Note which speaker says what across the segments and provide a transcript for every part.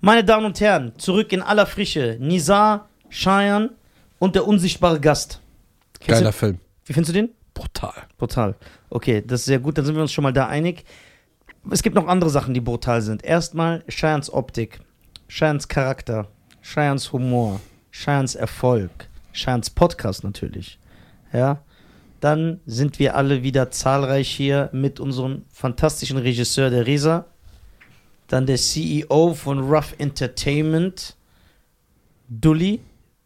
Speaker 1: Meine Damen und Herren, zurück in aller Frische. Nizar, Cheyenne und der unsichtbare Gast. Kennst
Speaker 2: Geiler
Speaker 1: Du,
Speaker 2: Film.
Speaker 1: wie findest du den?
Speaker 2: Brutal.
Speaker 1: Brutal. Okay, das ist sehr gut, dann sind wir uns schon mal da einig. Es gibt noch andere Sachen, die brutal sind. Erstmal Cheyennes Optik, Cheyennes Charakter, Cheyennes Humor, Cheyennes Erfolg, Cheyennes Podcast natürlich. Ja, dann sind wir alle wieder zahlreich hier mit unserem fantastischen Regisseur der Resa, dann der CEO von Rough Entertainment, Dulli,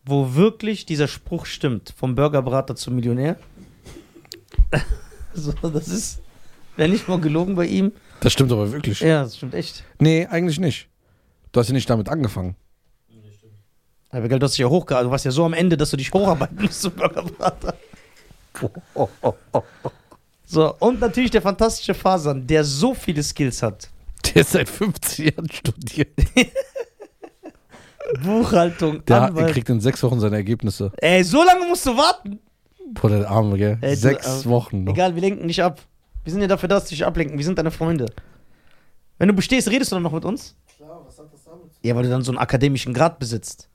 Speaker 1: wo wirklich dieser Spruch stimmt, vom Burgerbrater zum Millionär. So, das ist, wenn nicht mal gelogen bei ihm.
Speaker 2: Das stimmt aber wirklich.
Speaker 1: Ja, das stimmt echt.
Speaker 2: Nee, eigentlich nicht. Du hast ja nicht damit angefangen.
Speaker 1: Aber Geld, du hast dich ja hochgearbeitet. Du warst ja so am Ende, dass du dich hocharbeiten musst zum Burgerbrater. So, und natürlich der fantastische Fasan, der so viele Skills hat.
Speaker 2: Der ist seit 50 Jahren studiert.
Speaker 1: Buchhaltung,
Speaker 2: Der, hat- der
Speaker 1: Anwalt.
Speaker 2: kriegt in sechs Wochen seine Ergebnisse.
Speaker 1: Ey, so lange musst du warten.
Speaker 2: Boah, der Arme, gell?
Speaker 1: Ey, du-
Speaker 2: sechs
Speaker 1: äh,
Speaker 2: Wochen noch.
Speaker 1: Egal, wir lenken nicht ab. Wir sind ja dafür da, dass wir dich ablenken. Wir sind deine Freunde. Wenn du bestehst, redest du dann noch mit uns? Ja, weil du dann so einen akademischen Grad besitzt.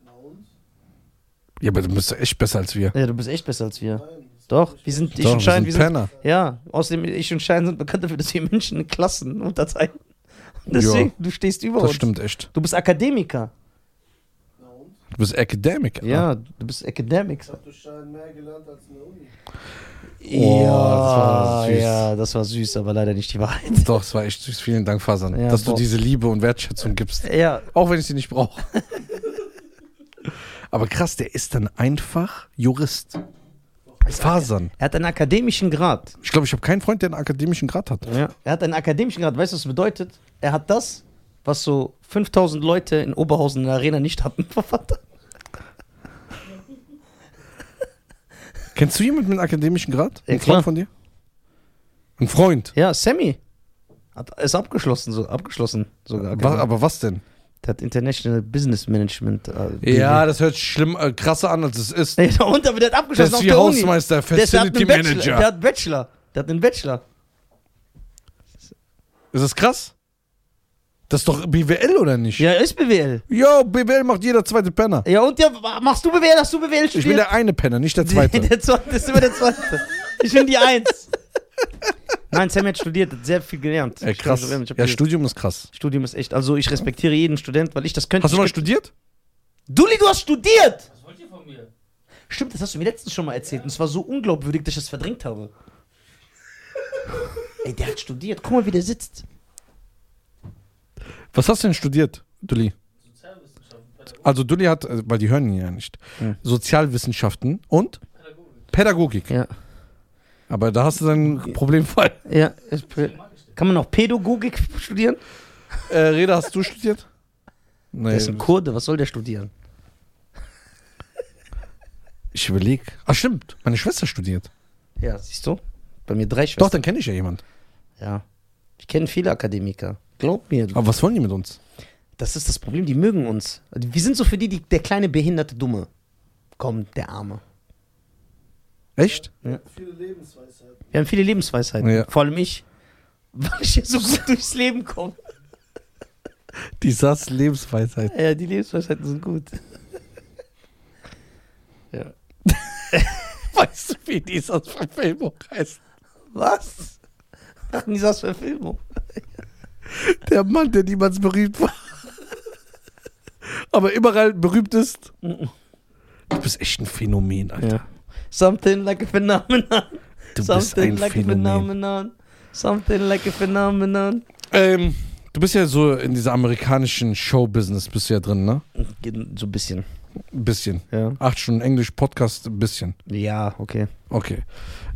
Speaker 2: Ja, aber du bist ja echt besser als wir.
Speaker 1: Ja, du bist echt besser als wir. Doch, wir sind, ich
Speaker 2: Doch, wir
Speaker 1: und Schein, wir
Speaker 2: sind
Speaker 1: sind
Speaker 2: Penner.
Speaker 1: Ja, außerdem, ich und Schein sind bekannt dafür, dass wir Menschen in Klassen unterteilen. Und deswegen,
Speaker 2: Ja.
Speaker 1: du stehst über
Speaker 2: Das
Speaker 1: uns.
Speaker 2: stimmt echt.
Speaker 1: Du bist Akademiker.
Speaker 2: Du bist Academic. Alter.
Speaker 1: Ja, du bist Academics.
Speaker 3: Hab durch Schein mehr gelernt als in der Uni.
Speaker 2: Oh, das war süß.
Speaker 1: ja, das war süß, aber leider nicht die Wahrheit.
Speaker 2: Doch, es war echt süß. Vielen Dank, Fasan,
Speaker 1: Ja,
Speaker 2: dass du
Speaker 1: boah.
Speaker 2: diese Liebe und Wertschätzung gibst.
Speaker 1: Ja,
Speaker 2: Auch wenn ich sie nicht brauche. aber krass, der ist dann einfach Jurist. Fasan.
Speaker 1: er hat einen akademischen Grad.
Speaker 2: Ich glaube, ich habe keinen Freund, der einen akademischen Grad hat.
Speaker 1: Ja. Er hat einen akademischen Grad. Weißt du, was das bedeutet? Er hat das, was so 5000 Leute in Oberhausen in der Arena nicht hatten, Verfatter.
Speaker 2: Kennst du jemanden mit einem akademischen Grad?
Speaker 1: Ja,
Speaker 2: Ein
Speaker 1: klar.
Speaker 2: Freund von dir? Ein Freund?
Speaker 1: Ja, Sammy hat ist abgeschlossen, so abgeschlossen sogar.
Speaker 2: Wa- aber was denn?
Speaker 1: Der hat International Business Management. Äh,
Speaker 2: Ja, das hört schlimm, äh, krasser an, als es ist.
Speaker 1: BW. Ja, und aber der hat
Speaker 2: Das
Speaker 1: abgeschlossen
Speaker 2: ist
Speaker 1: auf
Speaker 2: wie
Speaker 1: der Uni.
Speaker 2: Hausmeister,
Speaker 1: Der, ist- der hat
Speaker 2: Facility
Speaker 1: einen Bachelor. Der
Speaker 2: Manager.
Speaker 1: hat Bachelor. Der hat einen Bachelor.
Speaker 2: Ist das krass? Das ist doch BWL oder nicht?
Speaker 1: Ja, ist BWL.
Speaker 2: Yo, BWL macht jeder zweite Penner.
Speaker 1: Ja, und ja, machst du BWL? Hast du BWL studiert?
Speaker 2: Ich bin der eine Penner, nicht der zweite.
Speaker 1: der zweite ist immer der zweite. Ich bin die Eins. Nein, Sam hat studiert, hat sehr viel gelernt.
Speaker 2: Ey,
Speaker 1: Ich hab
Speaker 2: krass.
Speaker 1: gelernt, ich hab
Speaker 2: Ja,
Speaker 1: gelernt.
Speaker 2: Studium ist krass.
Speaker 1: Studium ist echt. Also ich respektiere jeden Student, weil ich das könnte.
Speaker 2: Hast du mal
Speaker 1: Ich-
Speaker 2: studiert?
Speaker 1: Dulli, du hast studiert!
Speaker 4: Was wollt ihr von mir?
Speaker 1: Stimmt, das hast du mir letztens schon mal erzählt. Und es war so unglaubwürdig, dass ich das verdrängt habe. Ey, der hat studiert. Guck mal, wie der sitzt.
Speaker 2: Was hast du denn studiert, Dulli?
Speaker 4: Sozialwissenschaften, Pädagogik.
Speaker 2: Also Dulli hat, äh, weil die hören ihn ja nicht,
Speaker 1: Hm.
Speaker 2: Sozialwissenschaften und
Speaker 4: Pädagogik.
Speaker 2: Pädagogik.
Speaker 1: Ja.
Speaker 2: Aber da hast du deinen Problemfall.
Speaker 1: Ja, ist prä-
Speaker 4: Mag ich den.
Speaker 1: kann man auch Pädagogik studieren?
Speaker 2: Äh, Reda, hast du studiert?
Speaker 1: Der
Speaker 2: Nee,
Speaker 1: ist ein Kurde, was soll der studieren?
Speaker 2: ich überlege. Ach stimmt, meine Schwester studiert.
Speaker 1: Ja, siehst du? Bei mir drei
Speaker 2: Doch,
Speaker 1: Schwestern.
Speaker 2: dann kenne ich ja jemand.
Speaker 1: Ja. Ich kenne viele Akademiker. Glaub mir.
Speaker 2: Aber was wollen die mit uns?
Speaker 1: Das ist das Problem, die mögen uns. Wir sind so für die, die der kleine behinderte Dumme. Komm, der Arme.
Speaker 2: Echt?
Speaker 3: Viele Lebensweisheiten.
Speaker 1: Wir haben viele Lebensweisheiten.
Speaker 2: Ja.
Speaker 1: Vor allem ich. Weil ich ja so gut durchs Leben komme.
Speaker 2: Die saß Lebensweisheit.
Speaker 1: Ja, die Lebensweisheiten sind gut. Ja.
Speaker 2: Weißt du, wie die saß Verfilmung heißt?
Speaker 1: Was? Ach, Nisas Verfilmung.
Speaker 2: Der Mann, der niemals berühmt war. Aber überall berühmt ist. Du bist echt ein Phänomen, Alter.
Speaker 1: Ja. Something like a phenomenon.
Speaker 2: Du bist
Speaker 1: Something
Speaker 2: ein
Speaker 1: like a
Speaker 2: Phänomen.
Speaker 1: phenomenon. Something like a phenomenon.
Speaker 2: Ähm, du bist ja so in dieser amerikanischen Show-Business, bist du ja drin, ne?
Speaker 1: So ein bisschen.
Speaker 2: Ein bisschen.
Speaker 1: Ja.
Speaker 2: Acht Stunden Englisch, Podcast, ein bisschen.
Speaker 1: Ja, okay.
Speaker 2: Okay.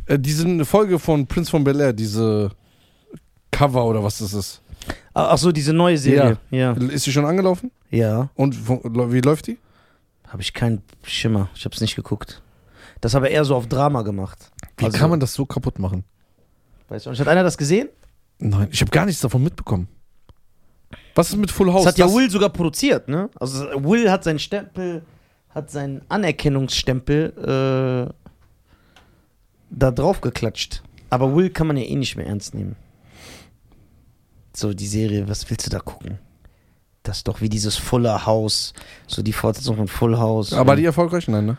Speaker 2: Äh, diese Folge von Prince von Bel Air, diese Cover oder was das ist,
Speaker 1: Ah, Ach ach so, diese neue Serie. Ja.
Speaker 2: ist die schon angelaufen?
Speaker 1: Ja.
Speaker 2: Und wo- wie läuft die?
Speaker 1: Habe ich keinen Schimmer. Ich habe es nicht geguckt. Das habe eher so auf Drama gemacht.
Speaker 2: Wie
Speaker 1: Also-
Speaker 2: kann man das so kaputt machen?
Speaker 1: Weißt du, und hat einer das gesehen?
Speaker 2: Nein, ich habe gar nichts davon mitbekommen. Was ist mit Full House?
Speaker 1: das hat ja Will sogar produziert, ne? Also Will hat seinen Stempel, hat seinen Anerkennungsstempel äh, da drauf geklatscht. Aber Will kann man ja eh nicht mehr ernst nehmen. So, die Serie, was willst du da gucken? das doch wie dieses Fuller House, so die Fortsetzung von Full House.
Speaker 2: Aber die erfolgreichen, nein, ne?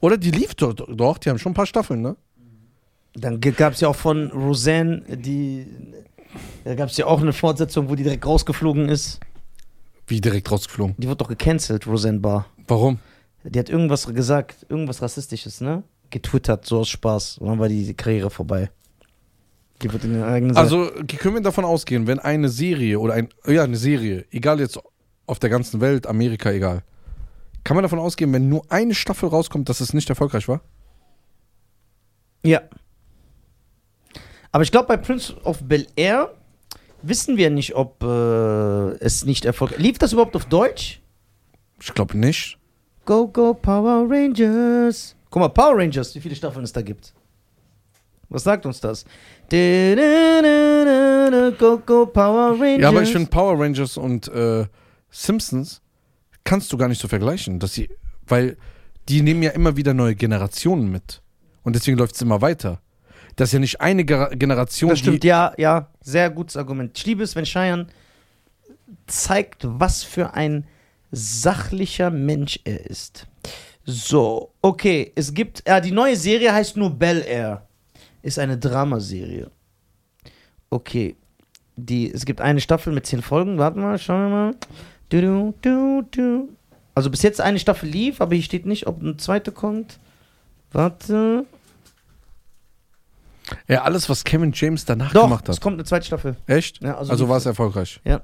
Speaker 2: Oder die lief doch, doch, die haben schon ein paar Staffeln, ne?
Speaker 1: Dann gab es ja auch von Roseanne, die. Da gab es ja auch eine Fortsetzung, wo die direkt rausgeflogen ist.
Speaker 2: Wie direkt rausgeflogen.
Speaker 1: Die wurde doch gecancelt, Roseanne Barr.
Speaker 2: Warum?
Speaker 1: Die hat irgendwas gesagt, irgendwas Rassistisches, ne? Getwittert, so aus Spaß. Und dann war die Karriere vorbei. Die wird in den eigenen
Speaker 2: Also können wir davon ausgehen, wenn eine Serie oder ein, ja, eine Serie, egal jetzt auf der ganzen Welt, Amerika, egal, kann man davon ausgehen, wenn nur eine Staffel rauskommt, dass es nicht erfolgreich war?
Speaker 1: Ja. Aber ich glaube, bei Prince of Bel Air wissen wir nicht, ob äh, es nicht erfolgreich Lief das überhaupt auf Deutsch?
Speaker 2: Ich glaube nicht.
Speaker 1: Go, go, Power Rangers. Guck mal, Power Rangers, wie viele Staffeln es da gibt. Was sagt uns das? Go, go, Power Rangers.
Speaker 2: Ja, aber ich finde Power Rangers und äh, Simpsons kannst du gar nicht so vergleichen, dass sie, weil die nehmen ja immer wieder neue Generationen mit und deswegen läuft es immer weiter. Das ist ja nicht eine Gera- Generation,
Speaker 1: Das stimmt,
Speaker 2: die
Speaker 1: ja, ja. Sehr gutes Argument. Ich liebe es, wenn Cheyenne zeigt, was für ein sachlicher Mensch er ist. So, okay. Es gibt, ja, die neue Serie heißt nur Bel Air. Ist eine Dramaserie. Okay. Die, es gibt eine Staffel mit zehn Folgen. Warten wir mal, schauen wir mal. Du, du, du, du. Also bis jetzt eine Staffel lief, aber hier steht nicht, ob eine zweite kommt. Warte.
Speaker 2: ja alles, was Kevin James danach
Speaker 1: Doch,
Speaker 2: gemacht
Speaker 1: es
Speaker 2: hat.
Speaker 1: kommt eine zweite Staffel.
Speaker 2: Echt?
Speaker 1: Ja, also
Speaker 2: also
Speaker 1: die-
Speaker 2: war es erfolgreich.
Speaker 1: Ja.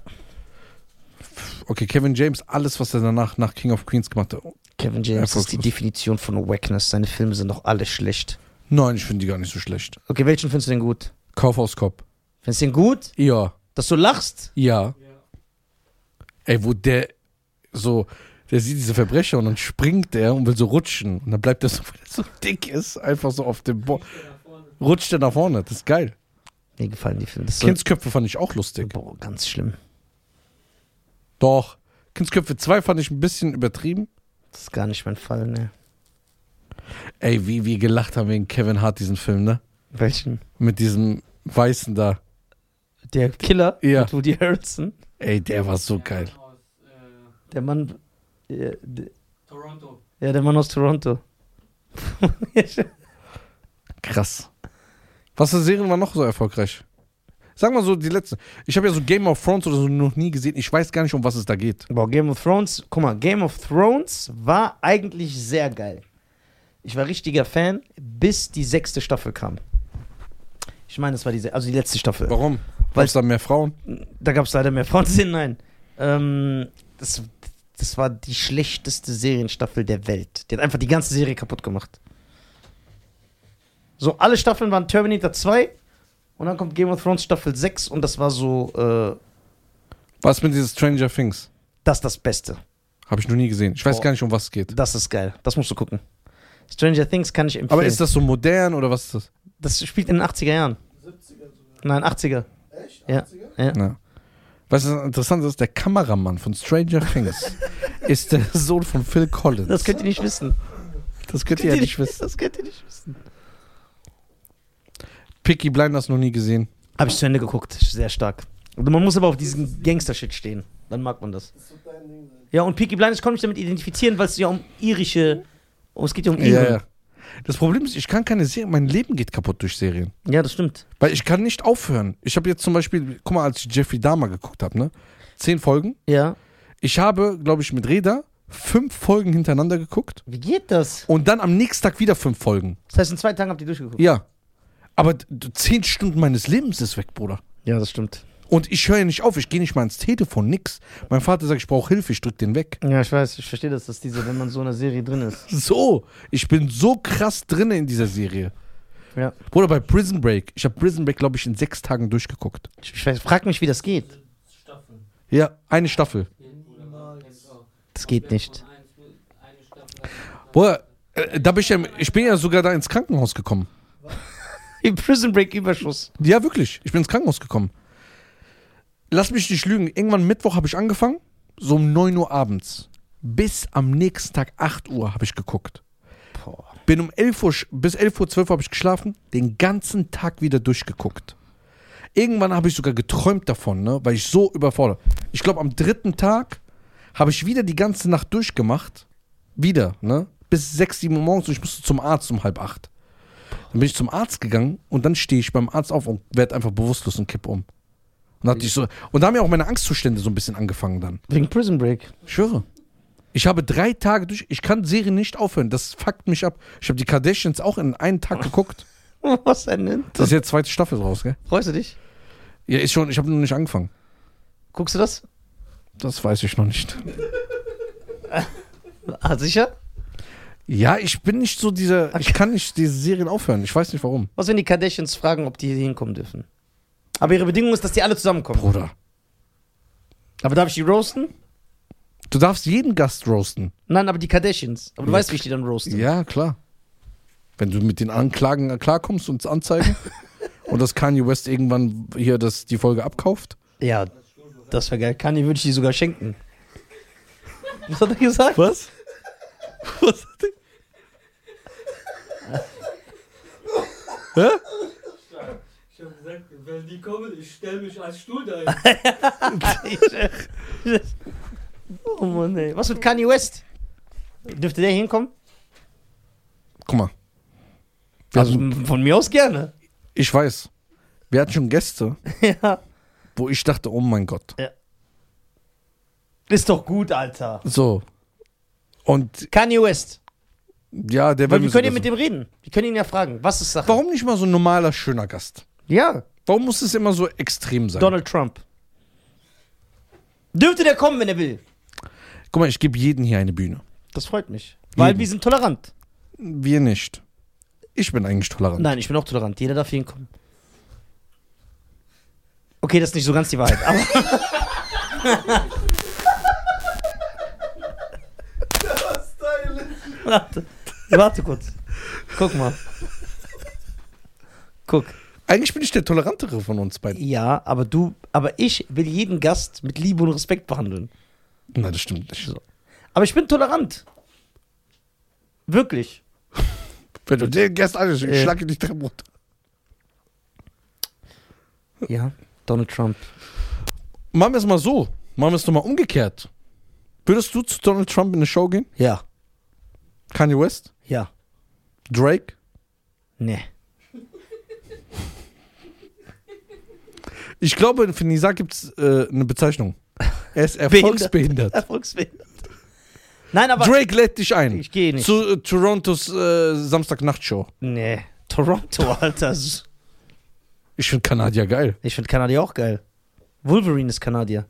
Speaker 2: Okay, Kevin James, alles, was er danach nach King of Queens gemacht hat.
Speaker 1: Kevin James ist
Speaker 2: Erfolglos.
Speaker 1: die Definition von Wackness. Seine Filme sind doch alle schlecht.
Speaker 2: Nein, ich finde die gar nicht so schlecht.
Speaker 1: Okay, welchen findest du denn gut?
Speaker 2: Kaufhaus Cop.
Speaker 1: Findest du den gut?
Speaker 2: Ja,
Speaker 1: Dass du lachst?
Speaker 2: ja.
Speaker 3: Ja.
Speaker 2: Ey, wo der so, der sieht diese Verbrecher und dann springt er und will so rutschen. Und dann bleibt er so, weil er so dick ist, einfach so auf dem Bo Rutscht er nach vorne, das ist geil.
Speaker 1: Mir gefallen die Filme. Das ist so,
Speaker 2: Kindsköpfe fand ich auch lustig.
Speaker 1: boah, ganz schlimm.
Speaker 2: Doch. Kindsköpfe 2 fand ich ein bisschen übertrieben.
Speaker 1: Das ist gar nicht mein Fall, ne?
Speaker 2: Ey, wie wir gelacht haben wegen Kevin Hart, diesen Film, ne?
Speaker 1: Welchen?
Speaker 2: Mit diesem Weißen da.
Speaker 1: Der Killer
Speaker 2: Ja.
Speaker 1: mit Woody Harrelson.
Speaker 2: Ey, der war so geil.
Speaker 4: Aus, äh,
Speaker 1: Der Mann. Ja, d-
Speaker 4: Toronto.
Speaker 1: ja, der Mann aus Toronto.
Speaker 2: Krass. Was für Serien waren noch so erfolgreich? Sag mal so die letzte. Ich habe ja so Game of Thrones oder so noch nie gesehen. Ich weiß gar nicht, um was es da geht.
Speaker 1: Boah, Game of Thrones, guck mal, Game of Thrones war eigentlich sehr geil. Ich war richtiger Fan, bis die sechste Staffel kam. Ich meine, das war diese, also die letzte Staffel.
Speaker 2: Warum? Weil
Speaker 1: Weil-
Speaker 2: es da mehr Frauen?
Speaker 1: Da gab es leider mehr Frauen sind, nein. Ähm, das, das war die schlechteste Serienstaffel der Welt. Die hat einfach die ganze Serie kaputt gemacht. So, alle Staffeln waren Terminator 2 und dann kommt Game of Thrones Staffel 6 und das war so äh,
Speaker 2: Was mit dieses Stranger Things?
Speaker 1: das ist das Beste.
Speaker 2: Habe ich noch nie gesehen. Ich weiß
Speaker 1: Boah.
Speaker 2: gar nicht, um was es geht.
Speaker 1: Das ist geil. Das musst du gucken. Stranger Things kann ich empfehlen.
Speaker 2: Aber ist das so modern oder was ist das?
Speaker 1: das spielt in den 80er Jahren.
Speaker 3: 70er sogar.
Speaker 1: Nein, 80er.
Speaker 3: Echt?
Speaker 1: Ja.
Speaker 3: 80er?
Speaker 2: Ja. Weißt du, Was interessant ist, der Kameramann von Stranger Things ist der Sohn von Phil Collins.
Speaker 1: Das könnt ihr nicht wissen.
Speaker 2: das könnt ihr ja nicht wissen.
Speaker 1: Das könnt ihr nicht wissen.
Speaker 2: Picky Blinders noch nie gesehen.
Speaker 1: Habe ich zu Ende geguckt. Sehr stark. Und man muss aber auf diesen Gangster-Shit stehen. Dann mag man das.
Speaker 3: Das wird dein Ding sein.
Speaker 1: Ja, und Peaky Blinders konnte ich damit identifizieren, weil es ja um irische. Oh, es geht ja um Iren.
Speaker 2: Ja,
Speaker 1: Ja,
Speaker 2: ja. Das Problem ist, ich kann keine Serien, mein Leben geht kaputt durch Serien.
Speaker 1: das stimmt.
Speaker 2: Weil ich kann nicht aufhören. Ich habe jetzt zum Beispiel, guck mal, als ich Jeffrey Dahmer geguckt habe, ne? Zehn Folgen.
Speaker 1: Ja.
Speaker 2: Ich habe, glaube ich, mit Reda fünf Folgen hintereinander geguckt
Speaker 1: Wie geht das?
Speaker 2: und dann am nächsten Tag wieder fünf Folgen.
Speaker 1: Das heißt, in zwei Tagen habt ihr durchgeguckt.
Speaker 2: Ja. Aber d- d- zehn Stunden meines Lebens ist weg, Bruder.
Speaker 1: Ja, das stimmt.
Speaker 2: Und ich höre ja nicht auf, ich gehe nicht mal ins Telefon, nix. Mein Vater sagt, ich brauche Hilfe, ich drück den weg.
Speaker 1: Ja, ich weiß, ich verstehe das, dass diese, wenn man so in einer Serie drin ist.
Speaker 2: So, ich bin so krass drinne in dieser Serie.
Speaker 1: Ja.
Speaker 2: Bruder, bei Prison Break, ich habe Prison Break, glaube ich, in sechs Tagen durchgeguckt.
Speaker 1: Ich, ich weiß, frag mich, wie das geht.
Speaker 4: Staffeln.
Speaker 2: Ja, eine Staffel.
Speaker 4: Niemals.
Speaker 1: Das geht nicht.
Speaker 2: Bruder, äh, da bin ich, ja, ich bin ja sogar da ins Krankenhaus gekommen.
Speaker 1: Im Prison Break Überschuss.
Speaker 2: Ja, wirklich. Ich bin ins Krankenhaus gekommen. Lass mich nicht lügen. Irgendwann Mittwoch habe ich angefangen, so um 9 Uhr abends. Bis am nächsten Tag 8 Uhr habe ich geguckt.
Speaker 1: Boah.
Speaker 2: Bin um 11 Uhr, sch- bis 11 Uhr, 12 Uhr habe ich geschlafen, den ganzen Tag wieder durchgeguckt. Irgendwann habe ich sogar geträumt davon, ne, weil ich so überfordert. Ich glaube, am dritten Tag habe ich wieder die ganze Nacht durchgemacht. Wieder, ne? Bis 6, 7 Uhr morgens und ich musste zum Arzt um halb acht. Dann bin ich zum Arzt gegangen und dann stehe ich beim Arzt auf und werde einfach bewusstlos und kipp um. Und, dann hatte ich so, und da haben ja auch meine Angstzustände so ein bisschen angefangen dann.
Speaker 1: Wegen Prison Break.
Speaker 2: Ich schwöre. Ich habe drei Tage durch. Ich kann Serien nicht aufhören. Das fuckt mich ab. Ich habe die Kardashians auch in einem Tag geguckt.
Speaker 1: Was denn denn?
Speaker 2: Das ist jetzt zweite Staffel draus, gell?
Speaker 1: Freust du dich?
Speaker 2: Ja, ist schon. Ich habe noch nicht angefangen.
Speaker 1: Guckst du das?
Speaker 2: Das weiß ich noch nicht.
Speaker 1: Ah, sicher?
Speaker 2: Ja, ich bin nicht so dieser. Ich kann nicht diese Serien aufhören. Ich weiß nicht warum.
Speaker 1: Was, wenn die Kardashians fragen, ob die hier hinkommen dürfen? Aber ihre Bedingung ist, dass die alle zusammenkommen.
Speaker 2: Bruder.
Speaker 1: Aber darf ich die roasten?
Speaker 2: Du darfst jeden Gast roasten.
Speaker 1: Nein, aber die Kardashians. Aber du
Speaker 2: Ja.
Speaker 1: weißt, wie ich die dann roaste.
Speaker 2: Ja, klar. Wenn du mit den Anklagen klarkommst und anzeigen und dass Kanye West irgendwann hier das, die Folge abkauft.
Speaker 1: Ja, das wäre geil. Kanye würde ich die sogar schenken. Was hat er gesagt?
Speaker 2: Was? Was hat der? Hä?
Speaker 4: Ich hab gesagt, wenn die kommen, ich stell mich als Stuhl dahin.
Speaker 1: oh Mann, ey. Was mit Kanye West? Dürfte der hinkommen?
Speaker 2: Guck mal. Wir
Speaker 1: Also
Speaker 2: hatten,
Speaker 1: von mir aus gerne.
Speaker 2: ich weiß. Wir hatten schon Gäste,
Speaker 1: ja.
Speaker 2: wo ich dachte, oh mein Gott.
Speaker 1: Ist doch gut, Alter.
Speaker 2: So. Und
Speaker 1: Kanye West.
Speaker 2: ja, der
Speaker 1: Weil
Speaker 2: wird
Speaker 1: wir
Speaker 2: mir
Speaker 1: können ja
Speaker 2: sogar
Speaker 1: mit
Speaker 2: so-
Speaker 1: dem reden. Wir können ihn ja fragen. Was ist Sache?
Speaker 2: Warum nicht mal so ein normaler, schöner Gast?
Speaker 1: Ja.
Speaker 2: Warum muss es immer so extrem sein?
Speaker 1: Donald Trump. Dürfte der kommen, wenn er will.
Speaker 2: Guck mal, ich gebe jedem hier eine Bühne.
Speaker 1: Das freut mich. Weil
Speaker 2: Jeden.
Speaker 1: wir sind tolerant.
Speaker 2: Wir nicht. Ich bin eigentlich tolerant.
Speaker 1: Nein, ich bin auch tolerant. Jeder darf hier hinkommen. Okay, das ist nicht so ganz die Wahrheit. Aber warte, warte kurz. Guck mal. Guck.
Speaker 2: Eigentlich bin ich der tolerantere von uns beiden.
Speaker 1: Ja, aber du, aber ich will jeden Gast mit Liebe und Respekt behandeln.
Speaker 2: Nein, das stimmt nicht.
Speaker 1: Aber ich bin tolerant. Wirklich.
Speaker 2: Wenn du den Gast anschaust, ich
Speaker 1: Äh.
Speaker 2: schlage dich dran runter.
Speaker 1: Ja, Donald Trump.
Speaker 2: Machen wir es mal so. Machen wir es nochmal umgekehrt. Würdest du zu Donald Trump in eine Show gehen?
Speaker 1: Ja,
Speaker 2: Kanye West?
Speaker 1: ja.
Speaker 2: Drake?
Speaker 1: Nee.
Speaker 2: Ich glaube, für Nisa gibt es äh, eine Bezeichnung. Er ist
Speaker 1: Behindert.
Speaker 2: erfolgsbehindert.
Speaker 1: Erfolgsfehler. Nein, aber.
Speaker 2: Drake lädt dich ein.
Speaker 1: Ich gehe nicht.
Speaker 2: Zu äh, Torontos äh, Samstagnachtshow.
Speaker 1: Nee. Toronto, Alter.
Speaker 2: Ich finde Kanadier geil.
Speaker 1: Ich finde Kanadier auch geil. Wolverine ist Kanadier.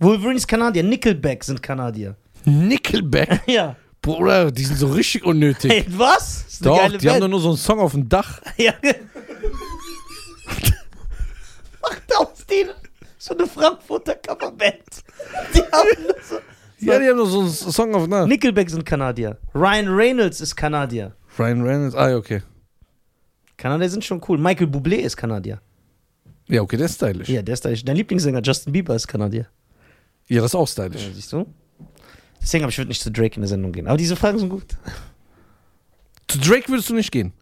Speaker 1: Wolverine ist Kanadier. Nickelback sind Kanadier.
Speaker 2: Nickelback?
Speaker 1: Ja.
Speaker 2: Bruder, die sind so richtig unnötig.
Speaker 1: Hey, was? Das ist
Speaker 2: Doch,
Speaker 1: eine
Speaker 2: die
Speaker 1: geile
Speaker 2: haben
Speaker 1: Band.
Speaker 2: doch nur so einen Song auf dem Dach.
Speaker 1: Ja. Macht aus denen so eine Frankfurter Coverband. Die haben nur so.
Speaker 2: Ja, die haben doch so einen Song auf dem Dach.
Speaker 1: Nickelback sind Kanadier. Ryan Reynolds ist Kanadier.
Speaker 2: Ryan Reynolds, ah, ja, okay.
Speaker 1: Kanadier sind schon cool. Michael Bublé ist Kanadier.
Speaker 2: Ja, okay, der ist stylisch.
Speaker 1: Ja, der ist da. Dein Lieblingssänger Justin Bieber ist Kanadier.
Speaker 2: Ja, das ist auch
Speaker 1: Ja,
Speaker 2: stylisch.
Speaker 1: siehst du? Deswegen habe ich würde nicht zu Drake in der Sendung gehen. Aber diese Fragen sind gut.
Speaker 2: Zu Drake würdest du nicht gehen.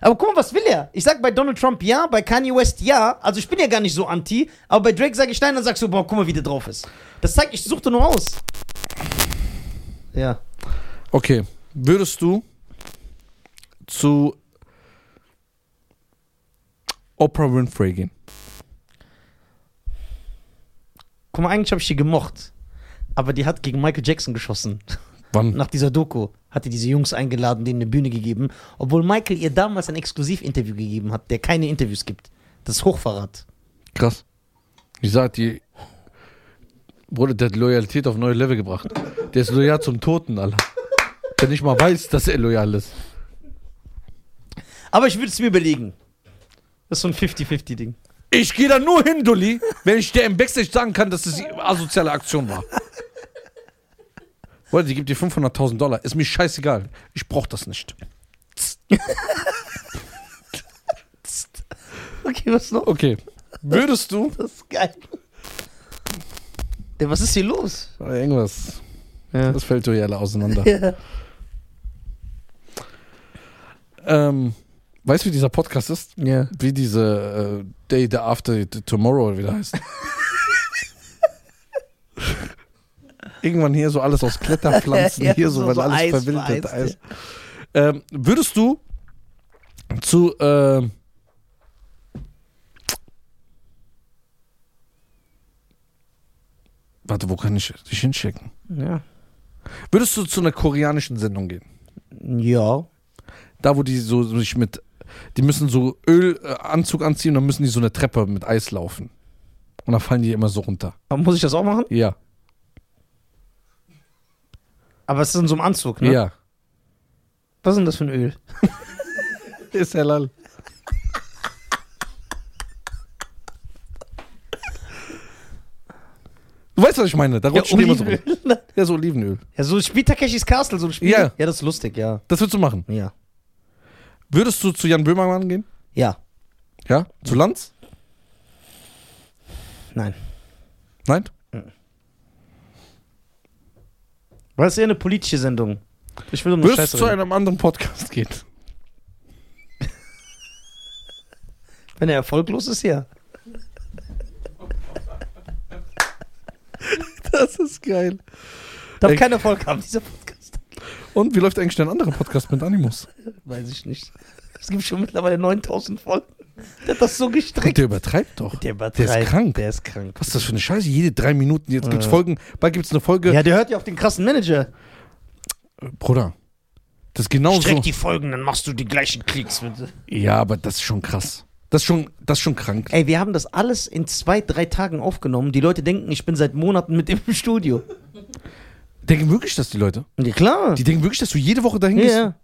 Speaker 1: Aber guck mal, was will er? Ich sag bei Donald Trump ja, bei Kanye West ja. Also ich bin ja gar nicht so anti, aber bei Drake sage ich nein, dann sagst du, boah, guck mal, wie der drauf ist. Das zeigt, ich suchte nur aus. Ja.
Speaker 2: Okay, würdest du zu Oprah Winfrey gehen?
Speaker 1: Guck mal, eigentlich habe ich die gemocht. Aber die hat gegen Michael Jackson geschossen.
Speaker 2: Wann?
Speaker 1: Nach dieser Doku hat die diese Jungs eingeladen, denen eine Bühne gegeben, obwohl Michael ihr damals ein Exklusivinterview gegeben hat, der keine Interviews gibt. Das ist Hochverrat.
Speaker 2: Krass. Ich sag, die. Bruder, der hat Loyalität auf neue Level gebracht. Der ist loyal zum Toten, Alter. Der nicht mal weiß, dass er loyal ist.
Speaker 1: Aber ich würde es mir überlegen. Das ist so ein 50-50-Ding.
Speaker 2: Ich gehe da nur hin, Dulli, wenn ich dir im Backstage sagen kann, dass es die asoziale Aktion war. Bruder, die gibt dir 500.000 Dollar. Ist mir scheißegal. Ich brauch das nicht.
Speaker 1: Okay, was noch?
Speaker 2: Okay. Würdest du.
Speaker 1: Das ist geil. Der, was ist hier los?
Speaker 2: Irgendwas.
Speaker 1: Ja.
Speaker 2: Das fällt dir alle auseinander.
Speaker 1: Ja.
Speaker 2: Ähm, weißt du, wie dieser Podcast ist?
Speaker 1: ja.
Speaker 2: Wie diese äh, Day the After the Tomorrow wieder heißt. Irgendwann hier so alles aus Kletterpflanzen,
Speaker 1: Ja,
Speaker 2: hier so,
Speaker 1: so-
Speaker 2: weil
Speaker 1: so
Speaker 2: alles
Speaker 1: Eis
Speaker 2: verwildert.
Speaker 1: vereist,
Speaker 2: Eis. Ähm, würdest du zu ähm, Warte, wo kann ich dich hinschicken?
Speaker 1: Ja.
Speaker 2: Würdest du zu einer koreanischen Sendung gehen?
Speaker 1: Ja.
Speaker 2: Da, wo die so sich mit. Die müssen so Ölanzug anziehen, dann müssen die so eine Treppe mit Eis laufen. Und dann fallen die immer so runter.
Speaker 1: Aber Muss ich das auch machen?
Speaker 2: Ja.
Speaker 1: Aber es ist in so einem Anzug, ne?
Speaker 2: Ja.
Speaker 1: Was ist denn das für ein Öl?
Speaker 2: Ist halal. Du weißt, was ich meine. Da rutscht immer so. rum. Ja, so Olivenöl.
Speaker 1: Ja, so ein Spiel Takeshis Castle, so ein Spiel.
Speaker 2: Ja.
Speaker 1: ja, das ist lustig, ja.
Speaker 2: Das würdest du machen.
Speaker 1: Ja.
Speaker 2: Würdest du zu Jan Böhmermann gehen?
Speaker 1: Ja.
Speaker 2: Ja? Zu Lanz?
Speaker 1: Nein.
Speaker 2: Nein?
Speaker 1: Weil es ist eher eine politische Sendung. Ich will um eine
Speaker 2: Würdest du
Speaker 1: Scheiße
Speaker 2: zu
Speaker 1: reden.
Speaker 2: einem anderen Podcast gehen?
Speaker 1: Wenn er erfolglos ist, ja.
Speaker 2: Das ist geil.
Speaker 1: Darf
Speaker 2: Ey.
Speaker 1: keinen Erfolg haben, dieser Podcast.
Speaker 2: Und wie läuft eigentlich dein anderer Podcast mit Animus?
Speaker 1: Weiß ich nicht. Es gibt schon mittlerweile 9000 Folgen. Der hat das so
Speaker 2: Und
Speaker 1: gestrickt.
Speaker 2: der übertreibt doch.
Speaker 1: Der,
Speaker 2: der ist krank.
Speaker 1: Der ist krank.
Speaker 2: Was ist das für eine Scheiße? Jede drei Minuten, jetzt gibt's
Speaker 1: Ja.
Speaker 2: Folgen, bald gibt's eine Folge.
Speaker 1: Ja, der hört ja auf den krassen Manager.
Speaker 2: Bruder, das ist genau so.
Speaker 1: die Folgen, dann machst du die gleichen Klicks. Bitte.
Speaker 2: Ja, aber das ist schon krass. Das ist schon, das ist schon krank.
Speaker 1: Ey, wir haben das alles in zwei, drei Tagen aufgenommen. Die Leute denken, ich bin seit Monaten mit im Studio.
Speaker 2: Denken wirklich das die Leute?
Speaker 1: Ja, klar.
Speaker 2: Die denken wirklich, dass du jede Woche dahin gehst
Speaker 1: ja,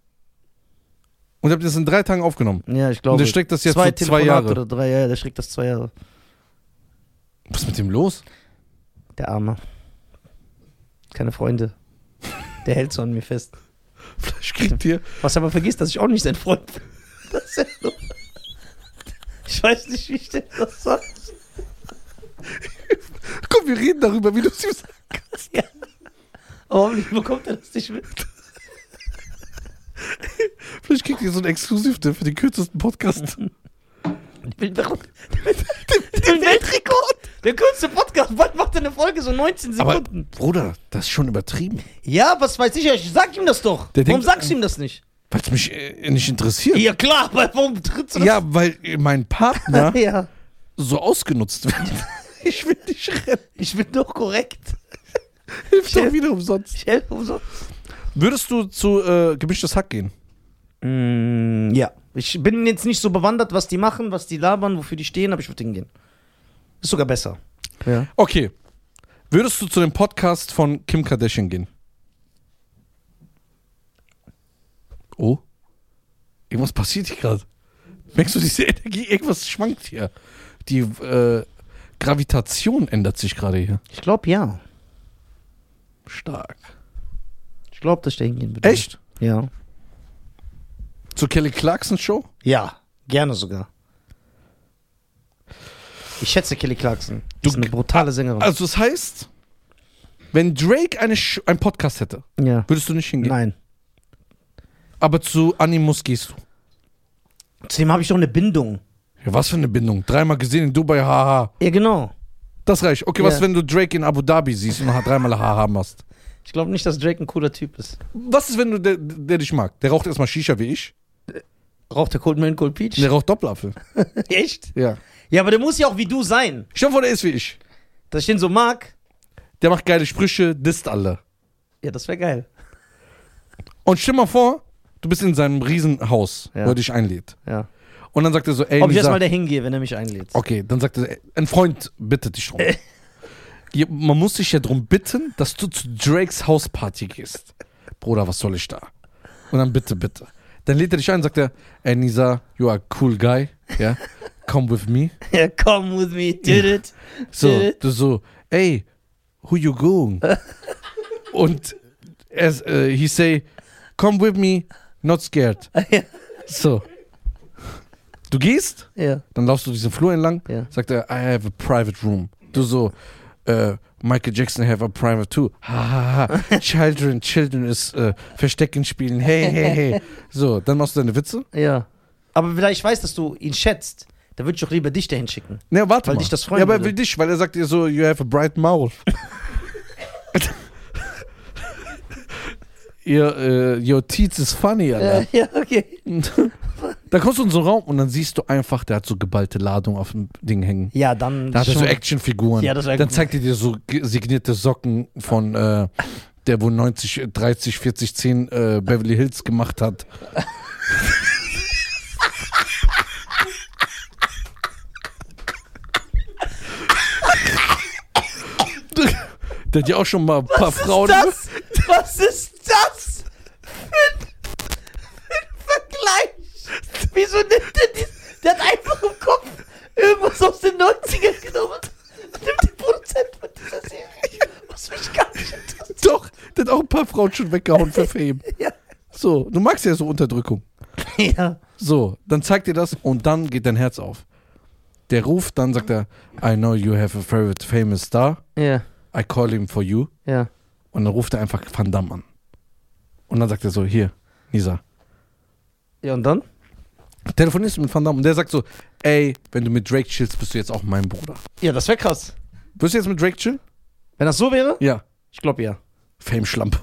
Speaker 2: und habt das in drei Tagen aufgenommen.
Speaker 1: ja. ja, ich glaube.
Speaker 2: Und der streckt das jetzt so zwei
Speaker 1: Telefonate
Speaker 2: Jahre.
Speaker 1: Oder drei, ja, der streckt das zwei Jahre.
Speaker 2: Was ist mit dem los?
Speaker 1: Der Arme. Keine Freunde. Der hält so an mir fest.
Speaker 2: Vielleicht kriegt ihr.
Speaker 1: Was er aber vergisst, dass ich auch nicht sein Freund bin. Das ist ja nur ich weiß nicht, wie ich denn das sage.
Speaker 2: Komm, wir reden darüber, wie du es ihm sagst.
Speaker 1: Aber hoffentlich bekommt er das nicht mit.
Speaker 2: Vielleicht kriegt ihr so ein Exklusiv für den kürzesten Podcast.
Speaker 1: Ich bin verrückt. Den Weltrekord! Der kürzeste Podcast. Bald macht er eine Folge, so 19
Speaker 2: Aber,
Speaker 1: Sekunden.
Speaker 2: Bruder, das ist schon übertrieben.
Speaker 1: ja, was weiß ich ja? Ich sag ihm das doch.
Speaker 2: Der
Speaker 1: warum
Speaker 2: denkt-
Speaker 1: sagst du ihm das nicht?
Speaker 2: Weil es mich äh, nicht interessiert.
Speaker 1: Ja, klar, aber warum trittst du das?
Speaker 2: Ja, weil mein Partner
Speaker 1: ja.
Speaker 2: so ausgenutzt wird. Ich will dich retten.
Speaker 1: Ich bin doch korrekt.
Speaker 2: Hilft doch wieder umsonst.
Speaker 1: Ich helfe umsonst.
Speaker 2: Würdest du zu äh, gemischtes Hack gehen?
Speaker 1: Mm, ja. Ich bin jetzt nicht so bewandert, was die machen, was die labern, wofür die stehen, aber ich würde hingehen. Ist sogar besser. Ja.
Speaker 2: Okay. Würdest du zu dem Podcast von Kim Kardashian gehen? Oh. Irgendwas passiert hier gerade. Merkst du diese Energie? Irgendwas schwankt hier. Die äh, Gravitation ändert sich gerade hier.
Speaker 1: Ich glaube ja.
Speaker 2: Stark.
Speaker 1: Ich glaube, dass ich da hingehen würde.
Speaker 2: Echt?
Speaker 1: Ja.
Speaker 2: Zur Kelly Clarkson Show?
Speaker 1: Ja, gerne sogar. Ich schätze Kelly Clarkson.
Speaker 2: Du-
Speaker 1: Du ist eine brutale Sängerin.
Speaker 2: Also, das heißt, wenn Drake eine Sch einen Podcast hätte,
Speaker 1: ja.
Speaker 2: würdest du nicht hingehen.
Speaker 1: Nein.
Speaker 2: Aber zu Animus gehst du.
Speaker 1: Zudem habe ich doch eine Bindung.
Speaker 2: Ja, was für eine Bindung. Dreimal gesehen in Dubai, haha.
Speaker 1: Ja, genau.
Speaker 2: Das reicht. Okay, was,
Speaker 1: Ja.
Speaker 2: wenn du Drake in Abu Dhabi siehst und dreimal haha machst?
Speaker 1: Ich glaube nicht, dass Drake ein cooler Typ ist.
Speaker 2: Was ist, wenn du der, der dich mag? Der raucht erstmal Shisha wie ich.
Speaker 1: Raucht der Cold Man Cold Peach?
Speaker 2: Und der raucht Doppelapfel.
Speaker 1: Echt?
Speaker 2: Ja.
Speaker 1: Ja, aber der muss ja auch wie du sein.
Speaker 2: Stell dir vor, der ist wie ich.
Speaker 1: Dass ich den so mag,
Speaker 2: Der macht geile Sprüche, disst alle.
Speaker 1: ja, das wäre geil.
Speaker 2: Und stell mal vor, du bist in seinem Riesenhaus,
Speaker 1: Ja.
Speaker 2: wo er dich einlädt.
Speaker 1: Ja.
Speaker 2: Und dann sagt er so, ey,
Speaker 1: Ob ich
Speaker 2: Lisa,
Speaker 1: erstmal da hingehe, wenn er mich einlädt.
Speaker 2: Okay, dann sagt er, ey, ein Freund bittet dich drum. Ja, Man muss dich ja drum bitten, dass du zu Drakes Hausparty gehst. Bruder, was soll ich da? Und dann bitte, bitte. Dann lädt er dich ein und sagt er, ey Nisa, you are a cool guy, ja, come with me.
Speaker 1: Ja, come with me, did it.
Speaker 2: So, du so, ey, who you going? Und er, äh, he say, come with me, not scared. So. Du gehst,
Speaker 1: Ja.
Speaker 2: dann laufst du diesen Flur entlang,
Speaker 1: Ja.
Speaker 2: sagt er, I have a private room. Du so, äh, Michael Jackson have a private too. Ha, ha, ha. Children, Children ist äh, Verstecken spielen. Hey, hey, hey. So, dann machst du deine Witze.
Speaker 1: Ja. Aber vielleicht weiß, dass du ihn schätzt. Da würde ich doch lieber dich dahin schicken.
Speaker 2: Ne, warte
Speaker 1: Weil
Speaker 2: mal.
Speaker 1: dich das freuen
Speaker 2: Ja, aber er
Speaker 1: würde.
Speaker 2: will dich, weil er sagt dir so, you have a bright mouth. ihr, äh, your teeth is funny, Alter.
Speaker 1: Äh, ja, okay.
Speaker 2: Da kommst du in so einen Raum und dann siehst du einfach, der hat so geballte Ladung auf dem Ding hängen.
Speaker 1: Ja, dann.
Speaker 2: Da hat er so
Speaker 1: schon-
Speaker 2: Actionfiguren.
Speaker 1: Ja, das wär
Speaker 2: dann
Speaker 1: gut.
Speaker 2: zeigt er dir so ge- signierte Socken von äh, der, wo 90, äh, 30, 40, 10 äh, Beverly Hills gemacht hat. Der hat ja auch schon mal ein paar Frauen. ne?
Speaker 1: Was ist das? Was ist das? Für, für ein Vergleich. Wieso nimmt der die. Der hat einfach im Kopf irgendwas aus den 90ern genommen. und Nimmt die Produzent von dieser Serie. Was mich gar nicht interessiert.
Speaker 2: Doch, der hat auch ein paar Frauen schon weggehauen für Fame.
Speaker 1: Ja.
Speaker 2: So, du magst ja so Unterdrückung.
Speaker 1: Ja.
Speaker 2: So, dann zeigt dir das und dann geht dein Herz auf. Der ruft, dann sagt er, I know you have a favorite famous star.
Speaker 1: Ja.
Speaker 2: I call him for you.
Speaker 1: Ja.
Speaker 2: Und dann ruft er einfach Van Damme an. Und dann sagt er so, hier, Nisa,
Speaker 1: Ja, und dann?
Speaker 2: telefonierst du mit Van Damme. Und der sagt so, ey, wenn du mit Drake chillst, bist du jetzt auch mein Bruder.
Speaker 1: Ja, das wäre krass.
Speaker 2: Wirst du jetzt mit Drake chillen?
Speaker 1: Wenn das so wäre?
Speaker 2: Ja.
Speaker 1: Ich glaube ja.
Speaker 2: Fame-Schlampe.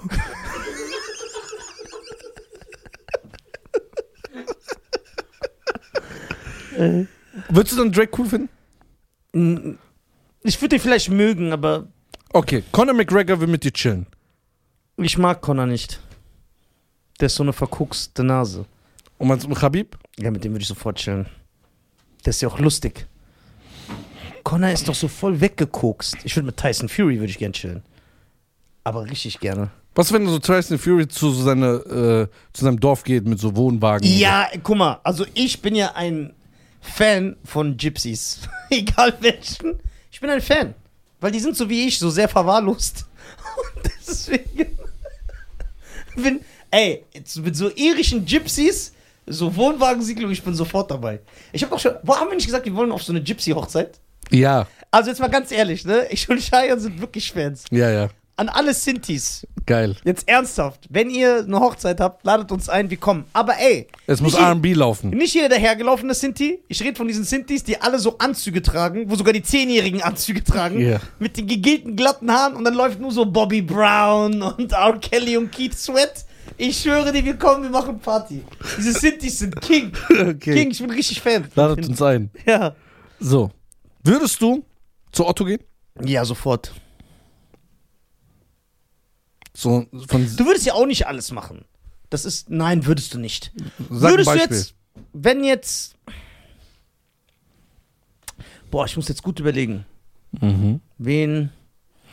Speaker 2: Würdest du dann Drake cool finden?
Speaker 1: Mm, Ich würde ihn vielleicht mögen, aber
Speaker 2: Okay, Conor McGregor will mit dir chillen.
Speaker 1: ich mag Connor nicht. Der ist so eine verkuckste Nase.
Speaker 2: Und meinst du mit Khabib?
Speaker 1: Ja, mit dem würde ich sofort chillen. Der ist ja auch lustig. Connor ist doch so voll weggekokst. Ich würde mit Tyson Fury würde ich gern chillen. Aber richtig gerne.
Speaker 2: Was, wenn so Tyson Fury zu, so seine, äh, zu seinem Dorf geht mit so Wohnwagen? und
Speaker 1: Ja, guck mal, also ich bin ja ein Fan von Gypsies. Egal welchen. Ich bin ein Fan. Weil die sind so wie ich, so sehr verwahrlost. Und deswegen. Bin, ey, jetzt mit so irischen Gypsies, so Wohnwagensiedlung, ich bin sofort dabei. Ich habe doch schon. Wo haben wir nicht gesagt, wir wollen auf so eine Gypsy-Hochzeit?
Speaker 2: So. Ja,
Speaker 1: Also jetzt mal ganz ehrlich, ne? Ich und Cheyenne sind wirklich Fans.
Speaker 2: ja, ja.
Speaker 1: An alle Sintis.
Speaker 2: Geil.
Speaker 1: Jetzt ernsthaft, wenn ihr eine Hochzeit habt, ladet uns ein, wir kommen. Aber ey,
Speaker 2: Es muss
Speaker 1: nicht je-
Speaker 2: RB laufen.
Speaker 1: nicht jeder dahergelaufene Sinti. Ich rede von diesen Sintis, die alle so Anzüge tragen, wo sogar die Zehnjährigen Anzüge tragen.
Speaker 2: Ja.
Speaker 1: Mit den gegelten, glatten Haaren und dann läuft nur so Bobby Brown und R. Kelly und Keith Sweat. Ich schwöre dir, wir kommen, wir machen Party. Diese Sintis sind King. King, ich bin richtig Fan.
Speaker 2: Ladet uns ein.
Speaker 1: Ja.
Speaker 2: So. Würdest du zu Otto gehen?
Speaker 1: Ja, sofort.
Speaker 2: So von
Speaker 1: Du würdest ja auch nicht alles machen. Das ist, nein, würdest du nicht.
Speaker 2: sag
Speaker 1: würdest
Speaker 2: ein
Speaker 1: du
Speaker 2: Beispiel.
Speaker 1: jetzt, wenn jetzt, boah, ich muss jetzt gut überlegen,
Speaker 2: Mhm.
Speaker 1: wen,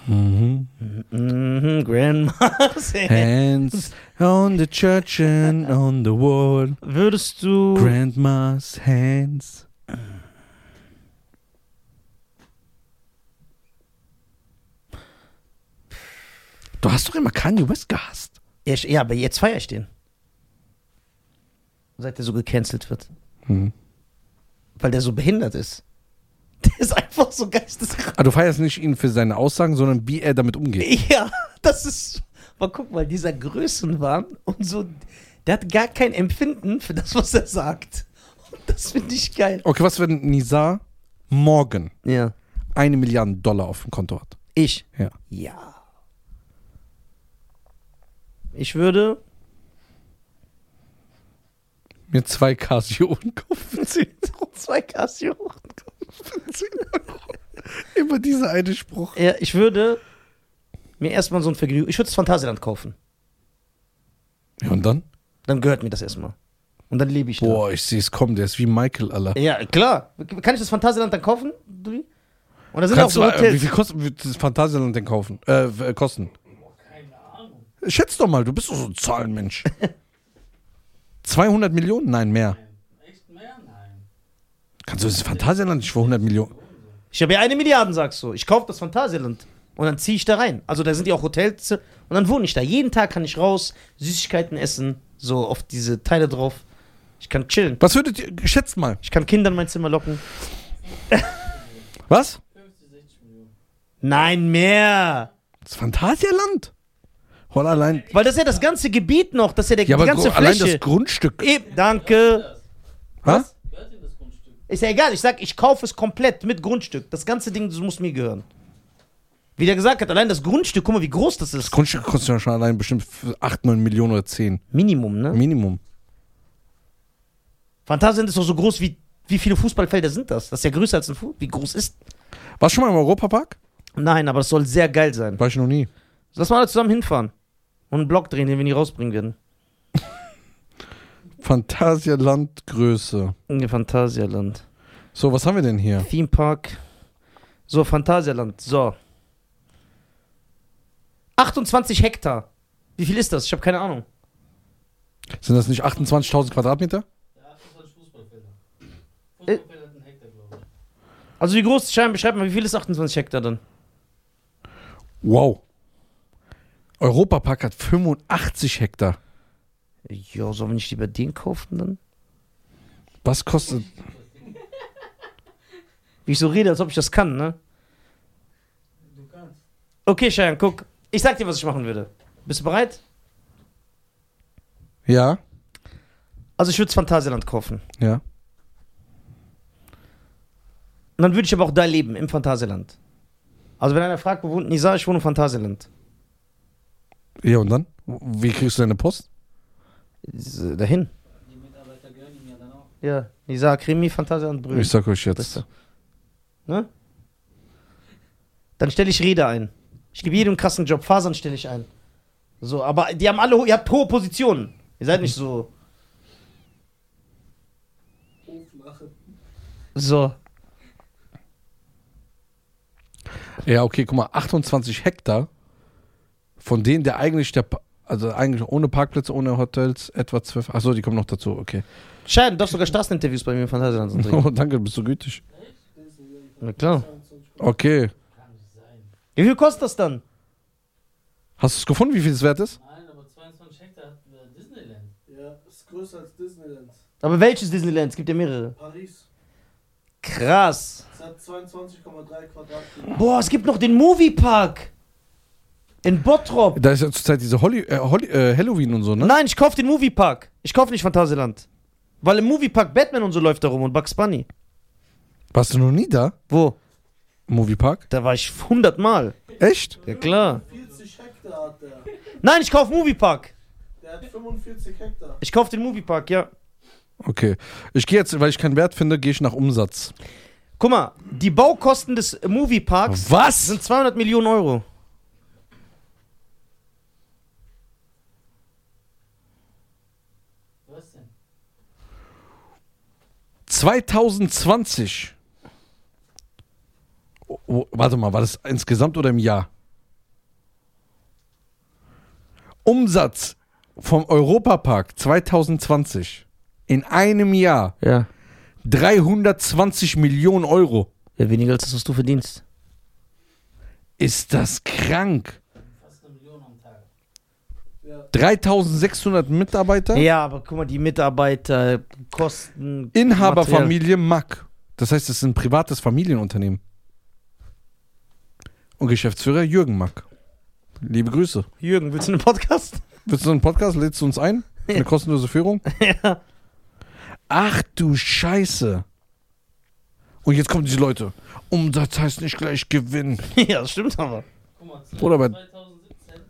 Speaker 2: Mhm.
Speaker 1: mhm, Grandmas,
Speaker 2: Hands on the church and on the wall.
Speaker 1: würdest du,
Speaker 2: Grandma's hands. Du hast doch immer Kanye West gehasst.
Speaker 1: ja, ich- ja, aber jetzt feiere ich den. Seit der so gecancelt wird,
Speaker 2: Hm.
Speaker 1: weil der so behindert ist. Der ist einfach so geisteskrank.
Speaker 2: Aber Ah, du feierst nicht ihn für seine Aussagen, sondern wie er damit umgeht.
Speaker 1: Ja, das ist. Aber guck mal, dieser Größenwahn und so, der hat gar kein Empfinden für das, was er sagt. Und das finde ich geil.
Speaker 2: Okay, was wenn Nizar morgen
Speaker 1: Ja.
Speaker 2: eine Milliarde Dollar auf dem Konto hat?
Speaker 1: Ich?
Speaker 2: Ja.
Speaker 1: Ja. Ich würde.
Speaker 2: Mir zwei Casioen kaufen. 10
Speaker 1: Zwei Casio.
Speaker 2: Euro. Immer dieser eine Spruch.
Speaker 1: Ja, ich würde mir erstmal so ein Vergnügen. Ich würde das Phantasialand kaufen.
Speaker 2: Ja, und dann?
Speaker 1: Dann gehört mir das erstmal. Und dann lebe ich da.
Speaker 2: Boah, ich sehe es kommen, der ist wie Michael, Alter.
Speaker 1: Ja, klar. Kann ich das Phantasialand dann kaufen? Dudi? Und da sind
Speaker 2: Kannst du,
Speaker 1: auch so
Speaker 2: äh, wie
Speaker 1: Hotels.
Speaker 2: viel kostet wird das Phantasialand denn kaufen? Äh, w- äh, kosten?
Speaker 4: Keine Ahnung.
Speaker 2: Schätz doch mal, du bist doch so ein Zahlenmensch. 200 Millionen? Nein, mehr.
Speaker 4: Echt mehr? Nein.
Speaker 2: Kannst du das Phantasialand nicht für 100 Millionen?
Speaker 1: Ich habe ja eine Milliarde, sagst du. Ich kaufe das Phantasialand. Und dann ziehe ich da rein. Also da sind ja auch Hotels. Und dann wohne ich da. Jeden Tag kann ich raus, Süßigkeiten essen, so auf diese Teile drauf. Ich kann chillen.
Speaker 2: Was würdet ihr, schätzt mal.
Speaker 1: Ich kann Kinder in mein Zimmer locken.
Speaker 2: Was?
Speaker 4: 50, 60 Millionen.
Speaker 1: Nein, mehr.
Speaker 2: Das Phantasialand? Hol allein.
Speaker 1: Weil das ist ja das ganze Gebiet noch, das ist ja der,
Speaker 2: Ja,
Speaker 1: die
Speaker 2: aber
Speaker 1: ganze
Speaker 2: gro- allein
Speaker 1: Fläche.
Speaker 2: das Grundstück.
Speaker 1: Eben, danke.
Speaker 2: Was?
Speaker 4: Gehört in das Grundstück.
Speaker 1: Ist ja egal, ich sag, ich kaufe es komplett mit Grundstück. Das ganze Ding das muss mir gehören. Wie der gesagt hat, allein das Grundstück, guck mal, wie groß das ist.
Speaker 2: Das Grundstück kostet ja schon allein bestimmt 8, 9 Millionen oder 10.
Speaker 1: Minimum, ne?
Speaker 2: Minimum.
Speaker 1: Phantasien ist doch so groß wie. Wie viele Fußballfelder sind das? Das ist ja größer als ein Fußball. Wie groß ist.
Speaker 2: Warst du schon mal im Europapark?
Speaker 1: Nein, aber das soll sehr geil sein.
Speaker 2: War ich noch nie.
Speaker 1: Lass mal alle zusammen hinfahren. Und einen Block drehen, den wir nie rausbringen werden.
Speaker 2: Phantasialandgröße.
Speaker 1: In Phantasialand.
Speaker 2: So, was haben wir denn hier?
Speaker 1: Theme Park. So, Phantasialand. So. 28 Hektar. Wie viel ist das? Ich habe keine Ahnung.
Speaker 2: Sind das nicht 28.000 Quadratmeter?
Speaker 4: Ja, das waren Fußballfelder.
Speaker 1: Äh.
Speaker 4: Fußballfelder sind Hektar, glaube ich.
Speaker 1: Also wie groß, Schein, beschreib mal, wie viel ist 28 Hektar dann?
Speaker 2: Wow. Europapark hat 85 Hektar.
Speaker 1: Ja, sollen wir nicht lieber den kaufen dann?
Speaker 2: Was kostet.
Speaker 1: Wie ich so rede, als ob ich das kann, ne?
Speaker 4: Du kannst.
Speaker 1: Okay, Schein, guck. Ich sag dir, was ich machen würde. Bist du bereit?
Speaker 2: Ja,
Speaker 1: Also ich würde Phantasialand kaufen.
Speaker 2: ja.
Speaker 1: Und dann würde ich aber auch da leben, im Phantasialand. Also wenn einer fragt, wo wohnt Nisa, ich wohne im Phantasialand.
Speaker 2: Ja, und dann? Wie kriegst du deine Post?
Speaker 1: Ist, äh, Dahin.
Speaker 4: Die Mitarbeiter gönnen ihm ja dann auch.
Speaker 1: Ja. Nisa, Krimi, Phantasialand, Brühl.
Speaker 2: Ich sag euch jetzt.
Speaker 1: Beste. Ne? Dann stelle ich Rede ein. Ich gebe jedem krassen Job. Fasern stelle ich ein. So, aber die haben alle, ho- ihr habt hohe Positionen. Ihr seid nicht so.
Speaker 4: Hof machen.
Speaker 1: So.
Speaker 2: Ja, okay, guck mal, 28 Hektar, von denen der eigentlich der. Pa- Also eigentlich ohne Parkplätze, ohne Hotels, etwa 12. Achso, die kommen noch dazu, okay.
Speaker 1: Schein, du darfst sogar Straßeninterviews bei mir im Phantasialand sind drin.
Speaker 2: Oh, danke, bist du gütig.
Speaker 1: Na klar.
Speaker 2: Okay.
Speaker 4: Kann nicht sein.
Speaker 1: Wie viel kostet das dann?
Speaker 2: Hast du es gefunden, wie viel es wert ist?
Speaker 4: Nein, aber 22 Hektar hat äh, Disneyland.
Speaker 3: Ja, ist größer als Disneyland.
Speaker 1: Aber welches Disneyland? Es gibt ja mehrere.
Speaker 3: Paris.
Speaker 1: Krass.
Speaker 3: Es hat 22,3 Quadratmeter.
Speaker 1: Boah, es gibt noch den Moviepark. In Bottrop.
Speaker 2: Da ist ja zurzeit diese Holly, äh, Holly, äh, Halloween und so, ne?
Speaker 1: Nein, ich kauf den Moviepark. Ich kauf nicht Phantasialand. Weil im Moviepark Batman und so läuft da rum und Bugs Bunny.
Speaker 2: Warst du noch nie da?
Speaker 1: Wo?
Speaker 2: Im Moviepark?
Speaker 1: Da war ich hundertmal.
Speaker 2: Echt?
Speaker 1: Ja, klar.
Speaker 3: 40 Hektar hat der.
Speaker 1: Nein, ich kauf Moviepark.
Speaker 3: Der hat 45 Hektar.
Speaker 1: Ich kauf den Moviepark, ja.
Speaker 2: Okay. Ich gehe jetzt, weil ich keinen Wert finde, gehe ich nach Umsatz.
Speaker 1: Guck mal, die Baukosten des Movieparks
Speaker 2: Was?
Speaker 1: sind 200 Millionen Euro.
Speaker 4: Was denn?
Speaker 2: 2020. Oh, oh, warte mal, war das insgesamt oder im Jahr? Umsatz vom Europapark 2020 in einem Jahr
Speaker 1: Ja.
Speaker 2: 320 Millionen Euro.
Speaker 1: Ja, weniger als das, was du verdienst.
Speaker 2: Ist das krank?
Speaker 4: Fast eine Million am Tag.
Speaker 3: Ja.
Speaker 2: 3600 Mitarbeiter?
Speaker 1: Ja, aber guck mal, die Mitarbeiter, Kosten.
Speaker 2: Inhaberfamilie Mack. Das heißt, es ist ein privates Familienunternehmen. Und Geschäftsführer Jürgen Mack. Liebe Grüße.
Speaker 1: Material. Jürgen, willst du einen Podcast?
Speaker 2: Willst du einen Podcast? Lädst du uns ein? Für Eine kostenlose Führung?
Speaker 1: ja.
Speaker 2: Ach du Scheiße. Und jetzt kommen die Leute. Umsatz heißt nicht gleich Gewinn.
Speaker 1: ja, das stimmt aber.
Speaker 4: Guck mal,
Speaker 2: Oder bei-
Speaker 4: 2017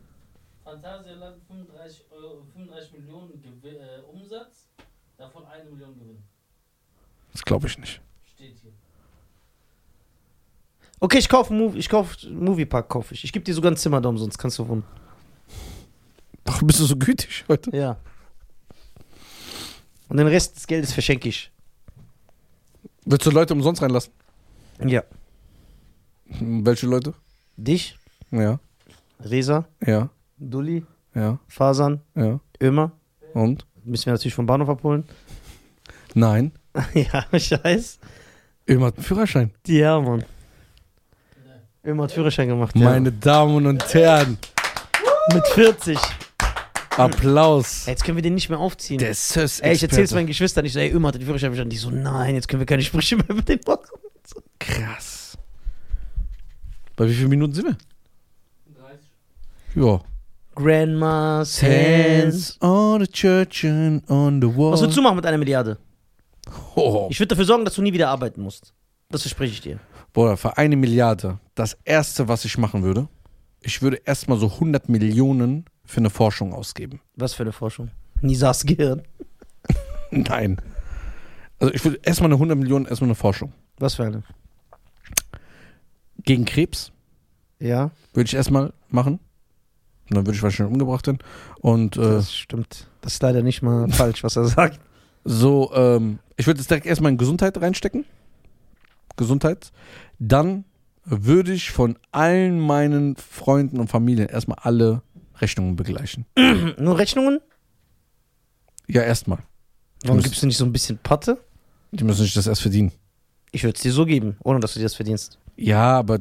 Speaker 4: Phantasialand 35, Euro, 35 Millionen Gewi- äh, Umsatz, davon 1 Million Gewinn.
Speaker 2: Das glaube ich nicht.
Speaker 4: Steht hier.
Speaker 1: Okay, ich kauf, Mov- ich kauf Moviepark, kauf ich. Ich gebe dir sogar ein Zimmer, Dom, sonst kannst du wohnen.
Speaker 2: Warum bist du so gütig heute?
Speaker 1: Ja. Und den Rest des Geldes verschenke ich.
Speaker 2: Willst du Leute umsonst reinlassen?
Speaker 1: Ja.
Speaker 2: Hm, Welche Leute?
Speaker 1: Dich,
Speaker 2: Ja,
Speaker 1: Resa,
Speaker 2: ja,
Speaker 1: Dulli,
Speaker 2: ja,
Speaker 1: Fasan,
Speaker 2: ja.
Speaker 1: Ömer.
Speaker 2: Und?
Speaker 1: Müssen wir natürlich vom Bahnhof abholen.
Speaker 2: Nein.
Speaker 1: ja, scheiß.
Speaker 2: Immer hat einen Führerschein.
Speaker 1: Ja, Mann.
Speaker 4: Ne.
Speaker 1: Ömer hat Führerschein gemacht. Ja.
Speaker 2: Meine Damen und Herren,
Speaker 1: Mit 40.
Speaker 2: Applaus.
Speaker 1: Jetzt können wir den nicht mehr aufziehen.
Speaker 2: Der Sös
Speaker 1: Ey, ich erzähl's meinen Geschwistern. Ich so, ey, Ömer hat den Führerschein bestanden. Die so, nein, jetzt können wir keine Sprüche mehr über den machen.
Speaker 2: Krass. Bei wie vielen Minuten sind
Speaker 4: 30.
Speaker 2: wir? Ja.
Speaker 1: Grandma's Hands.
Speaker 2: on the church and on the wall.
Speaker 1: Was würdest du machen mit einer Milliarde?
Speaker 2: Oh,
Speaker 1: Ich würde dafür sorgen, dass du nie wieder arbeiten musst. Das verspreche ich dir.
Speaker 2: Boah, für eine Milliarde, das erste, was ich machen würde, ich würde erstmal so 100 Millionen für eine Forschung ausgeben.
Speaker 1: Was für eine Forschung? Nisas Gehirn.
Speaker 2: Nein. Also ich würde erstmal eine 100 Millionen, erstmal eine Forschung.
Speaker 1: Was für eine?
Speaker 2: Gegen Krebs
Speaker 1: Ja,
Speaker 2: würde ich erstmal machen. Und dann würde ich wahrscheinlich umgebracht werden. Und äh,
Speaker 1: das stimmt. Das ist leider nicht mal falsch, was er sagt.
Speaker 2: so, ähm, ich würde es direkt erstmal in Gesundheit reinstecken. Gesundheit. Dann würde ich von allen meinen Freunden und Familien erstmal alle Rechnungen begleichen.
Speaker 1: Nur Rechnungen?
Speaker 2: Ja, erstmal.
Speaker 1: Warum
Speaker 2: muss-
Speaker 1: gibst du nicht so ein bisschen Patte?
Speaker 2: Die müssen sich das erst verdienen.
Speaker 1: Ich würde es dir so geben, ohne dass du dir das verdienst.
Speaker 2: Ja, aber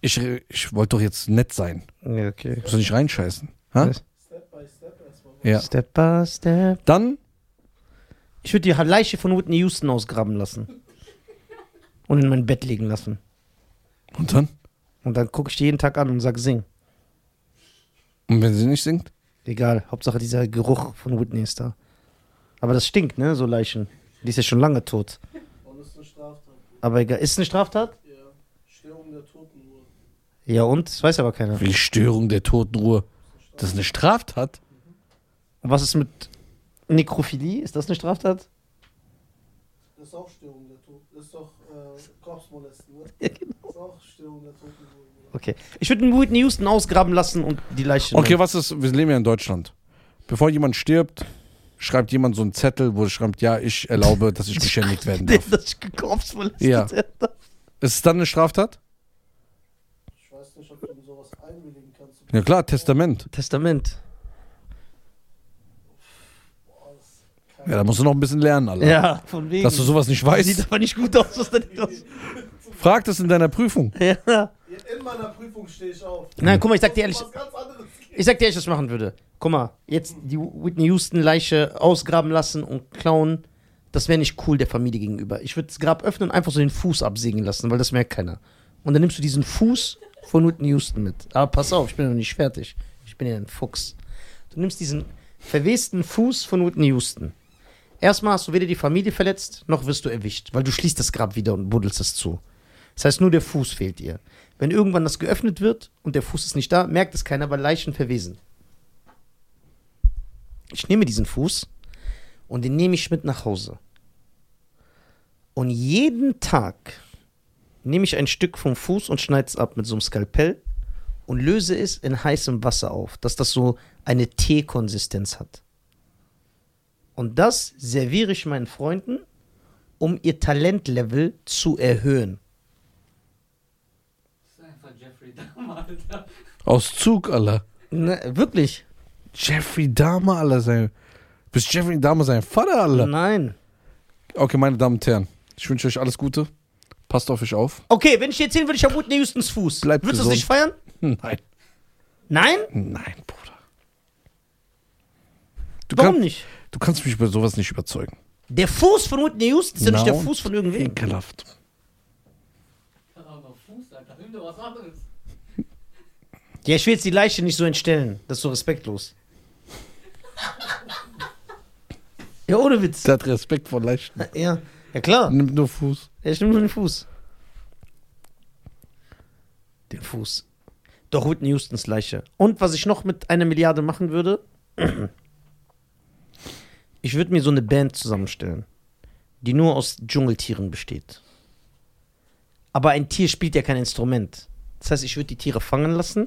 Speaker 2: ich, ich wollte doch jetzt nett sein.
Speaker 1: Ja, okay.
Speaker 2: Muss doch nicht reinscheißen. Ha?
Speaker 1: Was?
Speaker 3: Step by Step erstmal.
Speaker 2: Ja.
Speaker 1: Step by step.
Speaker 2: Dann,
Speaker 1: Ich würde die Leiche von Whitney Houston ausgraben lassen. Und in mein Bett liegen lassen.
Speaker 2: und dann?
Speaker 1: Und dann gucke ich die jeden Tag an und sag, sing.
Speaker 2: Und wenn sie nicht singt?
Speaker 1: Egal, Hauptsache dieser Geruch von Whitney ist da. Aber das stinkt, ne, so Leichen. Die ist ja schon lange tot.
Speaker 3: Und das ist eine Straftat.
Speaker 1: Aber egal, ist eine Straftat?
Speaker 3: Ja. Störung der Totenruhe.
Speaker 1: Ja und? Das weiß aber keiner.
Speaker 2: Wie Störung der Totenruhe. Das ist eine Straftat.
Speaker 1: Und was ist mit Nekrophilie? Ist das eine Straftat?
Speaker 3: Das ist auch Störung der Totenruhe. Das ist doch äh, Korpsmolesten, ne?
Speaker 1: Ja, genau.
Speaker 3: Das ist auch Störung der Totenruhe. Bruder.
Speaker 1: Okay. Ich würde den Whitney Houston ausgraben lassen und die Leiche.
Speaker 2: Okay, was ist, wir leben ja in Deutschland. Bevor jemand stirbt, schreibt jemand so einen Zettel, wo er schreibt, ja, ich erlaube, dass ich geschändigt werden
Speaker 1: Der,
Speaker 2: darf.
Speaker 1: dass ich gekopft
Speaker 2: Ja. Ist es dann eine Straftat?
Speaker 3: Ich weiß nicht, ob du in sowas einwilligen kannst.
Speaker 2: Ja klar, Testament.
Speaker 1: Testament.
Speaker 3: Boah, das ist kein
Speaker 2: Ja, da musst du noch ein bisschen lernen, Alter.
Speaker 1: Ja, von wegen.
Speaker 2: Dass du sowas nicht
Speaker 1: Sieht
Speaker 2: weißt.
Speaker 1: aber nicht gut aus, was da nicht aus.
Speaker 2: Frag das in deiner Prüfung.
Speaker 1: Ja.
Speaker 3: In meiner Prüfung stehe ich auf.
Speaker 1: Nein, guck mal, ich sag dir ehrlich,
Speaker 3: Was ganz anderes geht.
Speaker 1: ich sag dir ehrlich, was ich machen würde. Guck mal, jetzt die Whitney Houston Leiche ausgraben lassen und klauen, das wäre nicht cool der Familie gegenüber. Ich würde das Grab öffnen und einfach so den Fuß absägen lassen, weil das merkt keiner. Und dann nimmst du diesen Fuß von Whitney Houston mit. Aber pass auf, ich bin noch nicht fertig. Ich bin ja ein Fuchs. Du nimmst diesen verwesten Fuß von Whitney Houston. Erstmal hast du weder die Familie verletzt, noch wirst du erwischt, weil du schließt das Grab wieder und buddelst es zu. Das heißt, nur der Fuß fehlt ihr. Wenn irgendwann das geöffnet wird und der Fuß ist nicht da, merkt es keiner, weil Leichen verwesen. Ich nehme diesen Fuß und den nehme ich mit nach Hause. Und jeden Tag nehme ich ein Stück vom Fuß und schneide es ab mit so einem Skalpell und löse es in heißem Wasser auf, dass das so eine Teekonsistenz hat. Und das serviere ich meinen Freunden, um ihr Talentlevel zu erhöhen.
Speaker 4: Das ist einfach Jeffrey Dahmer, Alter.
Speaker 2: Aus Zug, Alter.
Speaker 1: Ne, wirklich?
Speaker 2: Jeffrey Dahmer, Alter. Sein, bist Jeffrey Dahmer sein Vater, Alter?
Speaker 1: Nein.
Speaker 2: Okay, meine Damen und Herren, ich wünsche euch alles Gute. Passt auf euch auf.
Speaker 1: Okay, wenn ich dir erzählen würde, ich habe Whitney Houstons Fuß.
Speaker 2: Bleib
Speaker 1: Würdest du das nicht
Speaker 2: gesund.
Speaker 1: feiern?
Speaker 2: Nein.
Speaker 1: Nein?
Speaker 2: Nein, Bruder. Du
Speaker 1: Warum
Speaker 2: kannst,
Speaker 1: nicht?
Speaker 2: Du kannst mich über sowas nicht überzeugen.
Speaker 1: Der Fuß von Whitney Houston ist ja nicht der
Speaker 2: Now-
Speaker 1: Fuß von irgendwem.
Speaker 2: Ekelhaft.
Speaker 4: Aber Fuß, Alter. Nimm doch was anderes.
Speaker 1: Ja, ich will jetzt die Leiche nicht so entstellen. Das ist so respektlos. Ja, ohne Witz.
Speaker 2: Der hat Respekt vor Leichen.
Speaker 1: Ja, ja klar.
Speaker 2: Nimmt nur Fuß.
Speaker 1: Ja, ich nehme nur den Fuß. Den Fuß. Doch Whitney Houstons Leiche. Und was ich noch mit einer Milliarde machen würde, ich würde mir so eine Band zusammenstellen, die nur aus Dschungeltieren besteht. Aber ein Tier spielt ja kein Instrument. Das heißt, ich würde die Tiere fangen lassen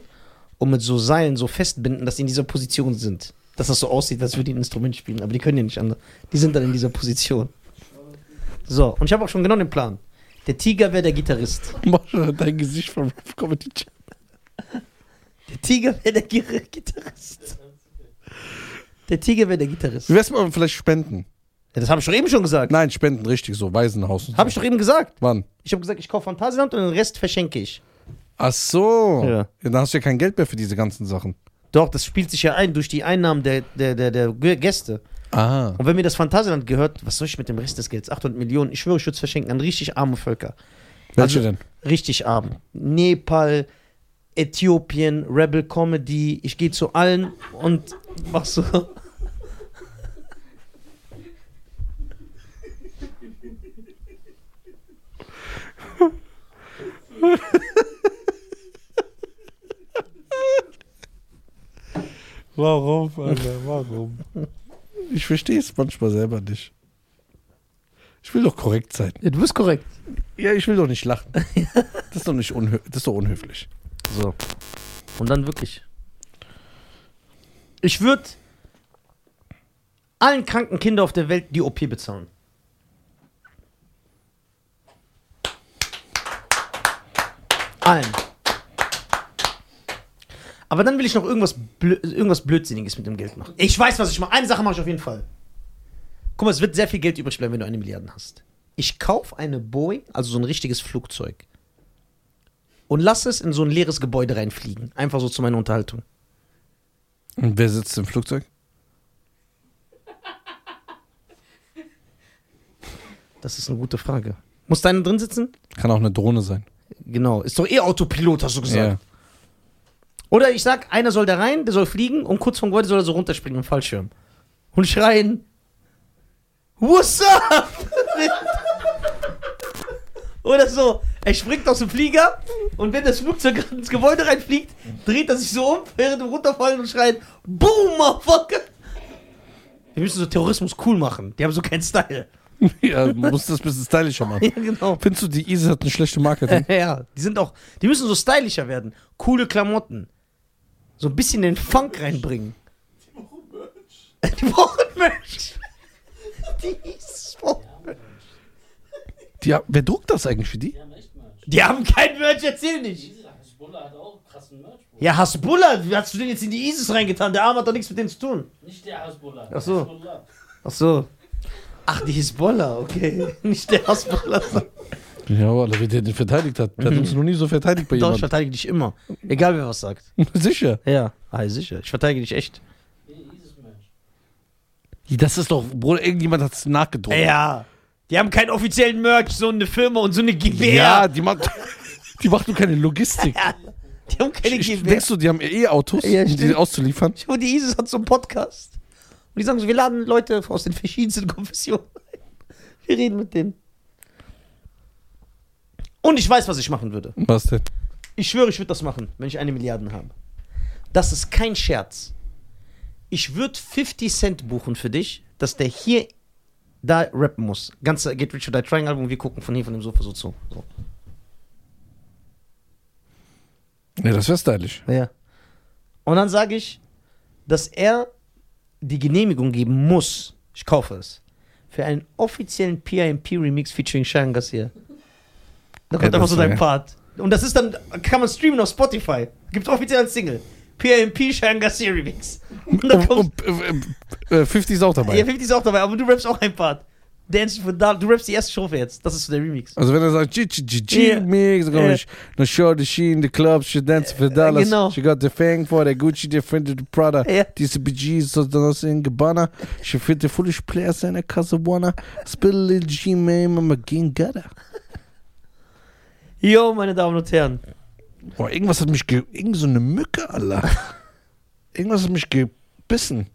Speaker 1: und mit so Seilen so festbinden, dass sie in dieser Position sind. Dass das so aussieht, als würden die ein Instrument spielen. Aber die können ja nicht anders. Die sind dann in dieser Position. So, und ich habe auch schon genau den Plan. Der Tiger wäre der Gitarrist.
Speaker 2: Mach schon dein Gesicht vom Comedy Channel.
Speaker 1: Der Tiger wäre der Gi Gitarrist. Der Tiger wäre der Gitarrist.
Speaker 2: Wie
Speaker 1: Ja,
Speaker 2: wär's mal vielleicht spenden?
Speaker 1: das habe ich doch eben schon gesagt.
Speaker 2: Nein, spenden, richtig so. Waisenhaus. und so.
Speaker 1: Habe ich doch eben gesagt.
Speaker 2: Wann?
Speaker 1: Ich habe gesagt, ich kaufe Phantasialand und den Rest verschenke ich.
Speaker 2: Ach so.
Speaker 1: Ja.
Speaker 2: Ja, dann hast du ja kein Geld mehr für diese ganzen Sachen.
Speaker 1: Doch, das spielt sich ja ein durch die Einnahmen der, der, der, der G- Gäste.
Speaker 2: Ah.
Speaker 1: Und wenn mir das Phantasialand gehört, was soll ich mit dem Rest des Gelds? 800 Millionen, ich schwöre, ich würde es verschenken an richtig arme Völker.
Speaker 2: Welche
Speaker 1: Also-
Speaker 2: denn?
Speaker 1: Richtig arm. Nepal, Äthiopien, Rebel Comedy. Ich gehe zu allen und mach so.
Speaker 2: Warum, Alter? Warum? Ich verstehe es manchmal selber nicht. Ich will doch korrekt sein.
Speaker 1: Ja, du bist korrekt.
Speaker 2: Ja, ich will doch nicht lachen. Das ist doch nicht unhö das ist doch unhöflich.
Speaker 1: So. Und dann wirklich. Ich würde allen kranken Kindern auf der Welt die OP bezahlen. Allen. Aber dann will ich noch irgendwas, Blö irgendwas Blödsinniges mit dem Geld machen. Ich weiß, was ich mache. Eine Sache mache ich auf jeden Fall. Guck mal, es wird sehr viel Geld übrig bleiben, wenn du eine Milliarde hast. Ich kaufe eine Boeing, also so ein richtiges Flugzeug und lasse es in so ein leeres Gebäude reinfliegen. Einfach so zu meiner Unterhaltung.
Speaker 2: Und wer sitzt im Flugzeug?
Speaker 1: Das ist eine gute Frage. Muss da einer drin sitzen?
Speaker 2: Kann auch eine Drohne sein.
Speaker 1: Genau. Ist doch eh Autopilot, hast du gesagt. Oder ich sag, einer soll da rein, der soll fliegen und kurz vom Gebäude soll er so runterspringen im Fallschirm. Und schreien. What's up? Oder so. Er springt aus dem Flieger und wenn das Flugzeug gerade ins Gebäude reinfliegt, dreht er sich so um, während er runterfallen und schreit: Boom, Motherfucker! Wir müssen so Terrorismus cool machen. Die haben so keinen Style.
Speaker 2: Ja, ja muss das ein bisschen stylischer machen.
Speaker 1: Ja, genau.
Speaker 2: Findest du, die ISIS hat eine schlechte Marketing?
Speaker 1: Ja, die sind auch, die müssen so stylischer werden. Coole Klamotten. So ein bisschen den Funk reinbringen. Die brauchen Merch. Die so.
Speaker 2: Die, ha- wer druckt das eigentlich für die?
Speaker 4: Die haben echt Merch.
Speaker 1: Die haben kein Merch, erzähl nicht.
Speaker 4: Diese Hasbulla hat auch krassen Merch, Bro.
Speaker 1: Ja, Hasbullah, wie hast du den jetzt in die ISIS reingetan? Der Arm hat doch nichts mit denen zu tun.
Speaker 4: Nicht der Hasbulla.
Speaker 1: Ach so.
Speaker 4: Hasbulla.
Speaker 1: Ach so. Ach, die Hisbollah, okay. Nicht der Hasbullah.
Speaker 2: Ja, Alter, wer den verteidigt hat. Der hat uns noch nie so verteidigt bei
Speaker 1: Doch, ich
Speaker 2: jemandem.
Speaker 1: verteidige dich immer. Egal, wer was sagt.
Speaker 2: Sicher.
Speaker 1: Ja, ah, sicher. Ich verteidige dich echt.
Speaker 4: Nee, dieses Merch.
Speaker 2: Das ist doch, Bruder, irgendjemand hat es nachgedruckt.
Speaker 1: Ja. Die haben keinen offiziellen Merch, so eine Firma und so eine GbR.
Speaker 2: Ja, die macht, die macht nur keine Logistik.
Speaker 1: Die haben keine
Speaker 2: Ich,
Speaker 1: GbR.
Speaker 2: denkst du, die haben eh Autos,
Speaker 1: Ja,
Speaker 2: um die
Speaker 1: stimmt.
Speaker 2: auszuliefern?
Speaker 1: Und die ISIS hat so einen Podcast. Und die sagen so, wir laden Leute aus den verschiedensten Konfessionen ein. Wir reden mit denen. Und ich weiß, was ich machen würde.
Speaker 2: Was denn?
Speaker 1: Ich schwöre, ich würde das machen, wenn ich eine Milliarde habe. Das ist kein Scherz. Ich würde 50 Cent buchen für dich, dass der hier da rappen muss. Ganze Get Rich or Die Trying Album, wir gucken von hier von dem Sofa so zu. So.
Speaker 2: Ja, das wäre stylisch.
Speaker 1: Ja. Und dann sage ich, dass er die Genehmigung geben muss, ich kaufe es, für einen offiziellen PIMP-Remix featuring Sharon Garcia. Da kommt einfach
Speaker 2: Ja, das
Speaker 1: so dein
Speaker 2: wär-
Speaker 1: Part. Und das ist dann, kann man streamen auf Spotify. Gibt's offiziell als Single. PIMP Sharon Garcia Remix. Und dann
Speaker 2: Und,
Speaker 1: kommt,
Speaker 2: und äh, äh, 50 ist auch dabei.
Speaker 1: ja, 50 ist auch dabei, aber du rappst auch ein Part. Dance for Dar du rappst die erste Strophe jetzt. Das ist so der Remix.
Speaker 2: Also wenn er sagt, G, G, G, G,
Speaker 1: Ja.
Speaker 2: mix, dann
Speaker 1: Ja.
Speaker 2: komme ich, "Oh, no shorty, she in the club, she dance for dollars,
Speaker 1: genau. Äh.
Speaker 2: she got the fang for the Gucci, the friend of the Prada,
Speaker 1: Ja.
Speaker 2: DCBG, so dollars in Gabbana, she fit the foolish players in a Casablanca, spill a little G, man, I'm a king, gotta.
Speaker 1: Yo, meine Damen und Herren.
Speaker 2: Boah, irgendwas hat mich, ge irgend so eine Mücke, Alter. irgendwas hat mich gebissen.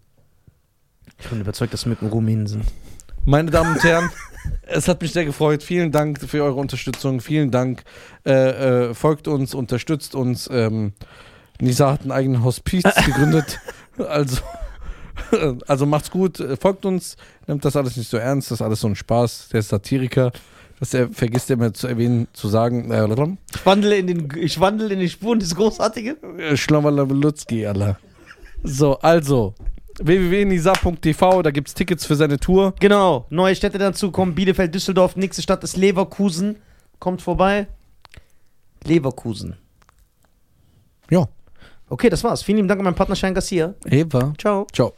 Speaker 1: Ich bin überzeugt, dass wir mit dem Rumänen sind.
Speaker 2: Meine Damen und Herren, es hat mich sehr gefreut. Vielen Dank für eure Unterstützung. Vielen Dank. Äh, äh, folgt uns, unterstützt uns. Ähm, Nisa hat einen eigenen Hospiz gegründet. Also, also macht's gut. Äh, Folgt uns. Nimmt das alles nicht so ernst. Das ist alles so ein Spaß. Der ist Satiriker. Das er, vergisst er immer zu erwähnen, zu sagen. Äh,
Speaker 1: Ich wandle in den, ich wandle in den Spuren des Großartigen.
Speaker 2: Schlommerlabelutzki, Allah. So, also www.nisa.tv. Da gibt's Tickets für seine Tour.
Speaker 1: Genau, neue Städte dazu kommen. Bielefeld, Düsseldorf, nächste Stadt ist Leverkusen. Kommt vorbei. Leverkusen.
Speaker 2: Ja.
Speaker 1: Okay, das war's. Vielen lieben Dank an meinen Partner Schein Garcia.
Speaker 2: Eva.
Speaker 1: Ciao.
Speaker 2: Ciao.